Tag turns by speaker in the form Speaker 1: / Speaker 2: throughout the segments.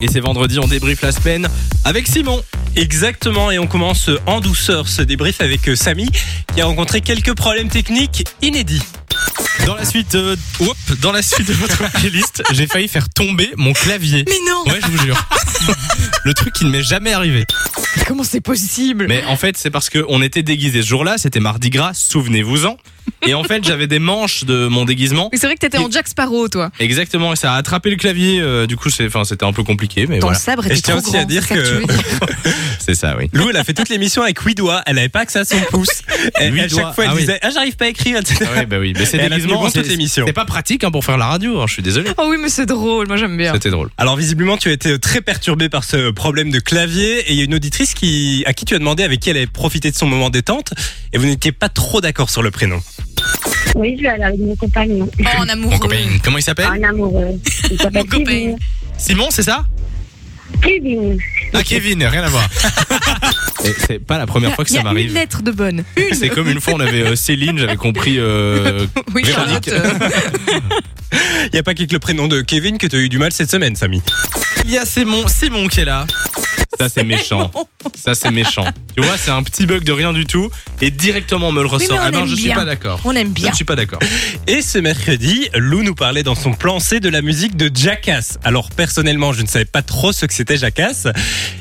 Speaker 1: Et c'est vendredi, on débriefe la semaine avec Simon.
Speaker 2: Exactement, et on commence en douceur ce débrief avec euh, Samy qui a rencontré quelques problèmes techniques inédits.
Speaker 1: Dans la suite, euh, oups, dans la suite de votre playlist, j'ai failli faire tomber mon clavier.
Speaker 3: Mais non
Speaker 1: Ouais, je vous jure. Le truc qui ne m'est jamais arrivé.
Speaker 3: Comment c'est possible
Speaker 1: Mais en fait, c'est parce qu'on était déguisés ce jour-là, c'était mardi gras, souvenez-vous-en. Et en fait, j'avais des manches de mon déguisement.
Speaker 3: Mais C'est vrai que t'étais en Jack Sparrow, toi.
Speaker 1: Exactement, et ça a attrapé le clavier. euh, du coup, c'est, enfin, c'était un peu compliqué, mais
Speaker 3: Ton
Speaker 1: voilà.
Speaker 3: sabre
Speaker 2: Et
Speaker 3: était
Speaker 2: je tiens
Speaker 3: trop
Speaker 2: aussi à
Speaker 3: grand,
Speaker 2: dire
Speaker 3: c'est ça
Speaker 2: que-
Speaker 3: tu veux dire.
Speaker 1: C'est ça, oui.
Speaker 2: Lou, elle a fait toute l'émission avec huit doigts, elle avait pas que ça à son pouce. Elle,
Speaker 1: Huit
Speaker 2: à
Speaker 1: doigts,
Speaker 2: chaque fois, elle
Speaker 1: ah oui.
Speaker 2: disait Ah, j'arrive pas à écrire, etc.
Speaker 1: Ah oui, bah oui. Mais c'est
Speaker 2: Et elle a tenu
Speaker 1: déguisement,
Speaker 2: bon
Speaker 1: c'est,
Speaker 2: toute l'émission.
Speaker 1: c'est pas pratique hein, pour faire la radio. hein, je suis désolé.
Speaker 3: Oh oui, mais c'est drôle, moi j'aime bien.
Speaker 1: C'était drôle.
Speaker 2: Alors, visiblement, tu as été très perturbé par ce problème de clavier et il y a une auditrice qui, à qui tu as demandé avec qui elle avait profité de son moment détente et vous n'étiez pas trop d'accord sur le prénom.
Speaker 4: Oui, je vais aller avec mon compagnon,
Speaker 3: Oh, en amoureux.
Speaker 1: Mon copain, comment il s'appelle
Speaker 3: Ah.
Speaker 4: un amoureux. Il s'appelle
Speaker 3: Mon copain.
Speaker 4: Kevin.
Speaker 1: Simon, c'est ça
Speaker 4: Kevin.
Speaker 1: Ah Kevin, rien à voir. Et c'est pas la
Speaker 3: Il y
Speaker 1: première
Speaker 3: a-
Speaker 1: fois que
Speaker 3: il y
Speaker 1: ça
Speaker 3: a Une
Speaker 1: m'arrive.
Speaker 3: lettre de bonne.
Speaker 1: C'est comme une fois on avait euh, Céline, j'avais compris. euh,
Speaker 3: Oui,
Speaker 1: Véronique.
Speaker 3: Charlotte. euh,
Speaker 2: Il n'y a pas qu'avec le prénom de Kevin que tu as eu du mal cette semaine, Samy.
Speaker 1: Il y a Simon, Simon qui est là. Ça c'est méchant. Ça c'est méchant. Tu vois, c'est un petit bug de rien du tout et directement on me le
Speaker 3: mais
Speaker 1: ressort.
Speaker 3: on
Speaker 1: ah non,
Speaker 3: aime
Speaker 1: je suis
Speaker 3: bien.
Speaker 1: pas d'accord.
Speaker 3: On aime
Speaker 1: Je
Speaker 3: bien.
Speaker 1: ne suis pas d'accord.
Speaker 2: Et ce mercredi, Lou nous parlait dans son plan C de la musique de Jackass. Alors personnellement, je ne savais pas trop ce que c'était Jackass.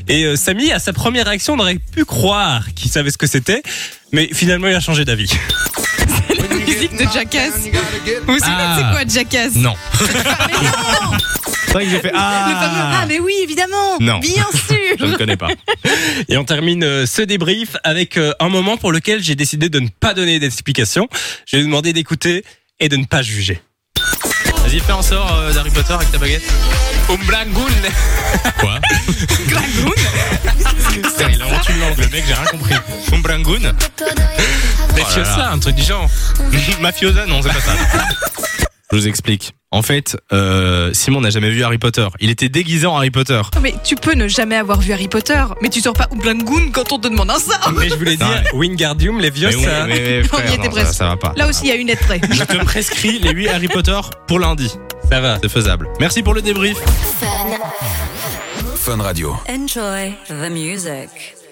Speaker 2: Et euh, Samy, à sa première réaction, on aurait pu croire qu'il savait ce que c'était. Mais finalement, il a changé d'avis.
Speaker 3: La musique de Jackass. Vous savez
Speaker 1: Ah.
Speaker 3: c'est quoi Jackass
Speaker 1: Non.
Speaker 3: Ah, mais non
Speaker 1: C'est vrai que j'ai fait
Speaker 3: Le fameux Ah,
Speaker 1: ah.
Speaker 3: mais oui, évidemment
Speaker 1: Non.
Speaker 3: Bien
Speaker 1: Je ne
Speaker 3: sûr
Speaker 1: connais pas.
Speaker 2: Et on termine euh, ce débrief avec euh, un moment pour lequel j'ai décidé de ne pas donner d'explication. Je vais vous demander d'écouter et de ne pas juger.
Speaker 1: Vas-y, fais un sort euh, d'Harry Potter avec ta baguette. Umblangoon. Quoi Putain, il a inventé une langue, le mec, j'ai rien compris. Umblangoon Mafiosa, un truc du genre. Mafiosa, non, c'est pas ça. Je vous explique. En fait, euh, Simon n'a jamais vu Harry Potter. Il était déguisé en Harry Potter.
Speaker 3: Non, Mais tu peux ne jamais avoir vu Harry Potter, mais tu sors pas Goon quand on te demande un ça
Speaker 2: Mais je voulais dire, Wingardium, les vieux,
Speaker 1: Mais oui,
Speaker 2: ça...
Speaker 1: mais- mais
Speaker 3: On y
Speaker 1: frère,
Speaker 3: était
Speaker 1: non, ça,
Speaker 3: presque.
Speaker 1: ça va pas.
Speaker 3: Là aussi, il y a une lettre près.
Speaker 1: Je te prescris les 8 Harry Potter pour lundi.
Speaker 2: Ça va.
Speaker 1: C'est faisable. Merci pour le débrief.
Speaker 5: Enjoy the music.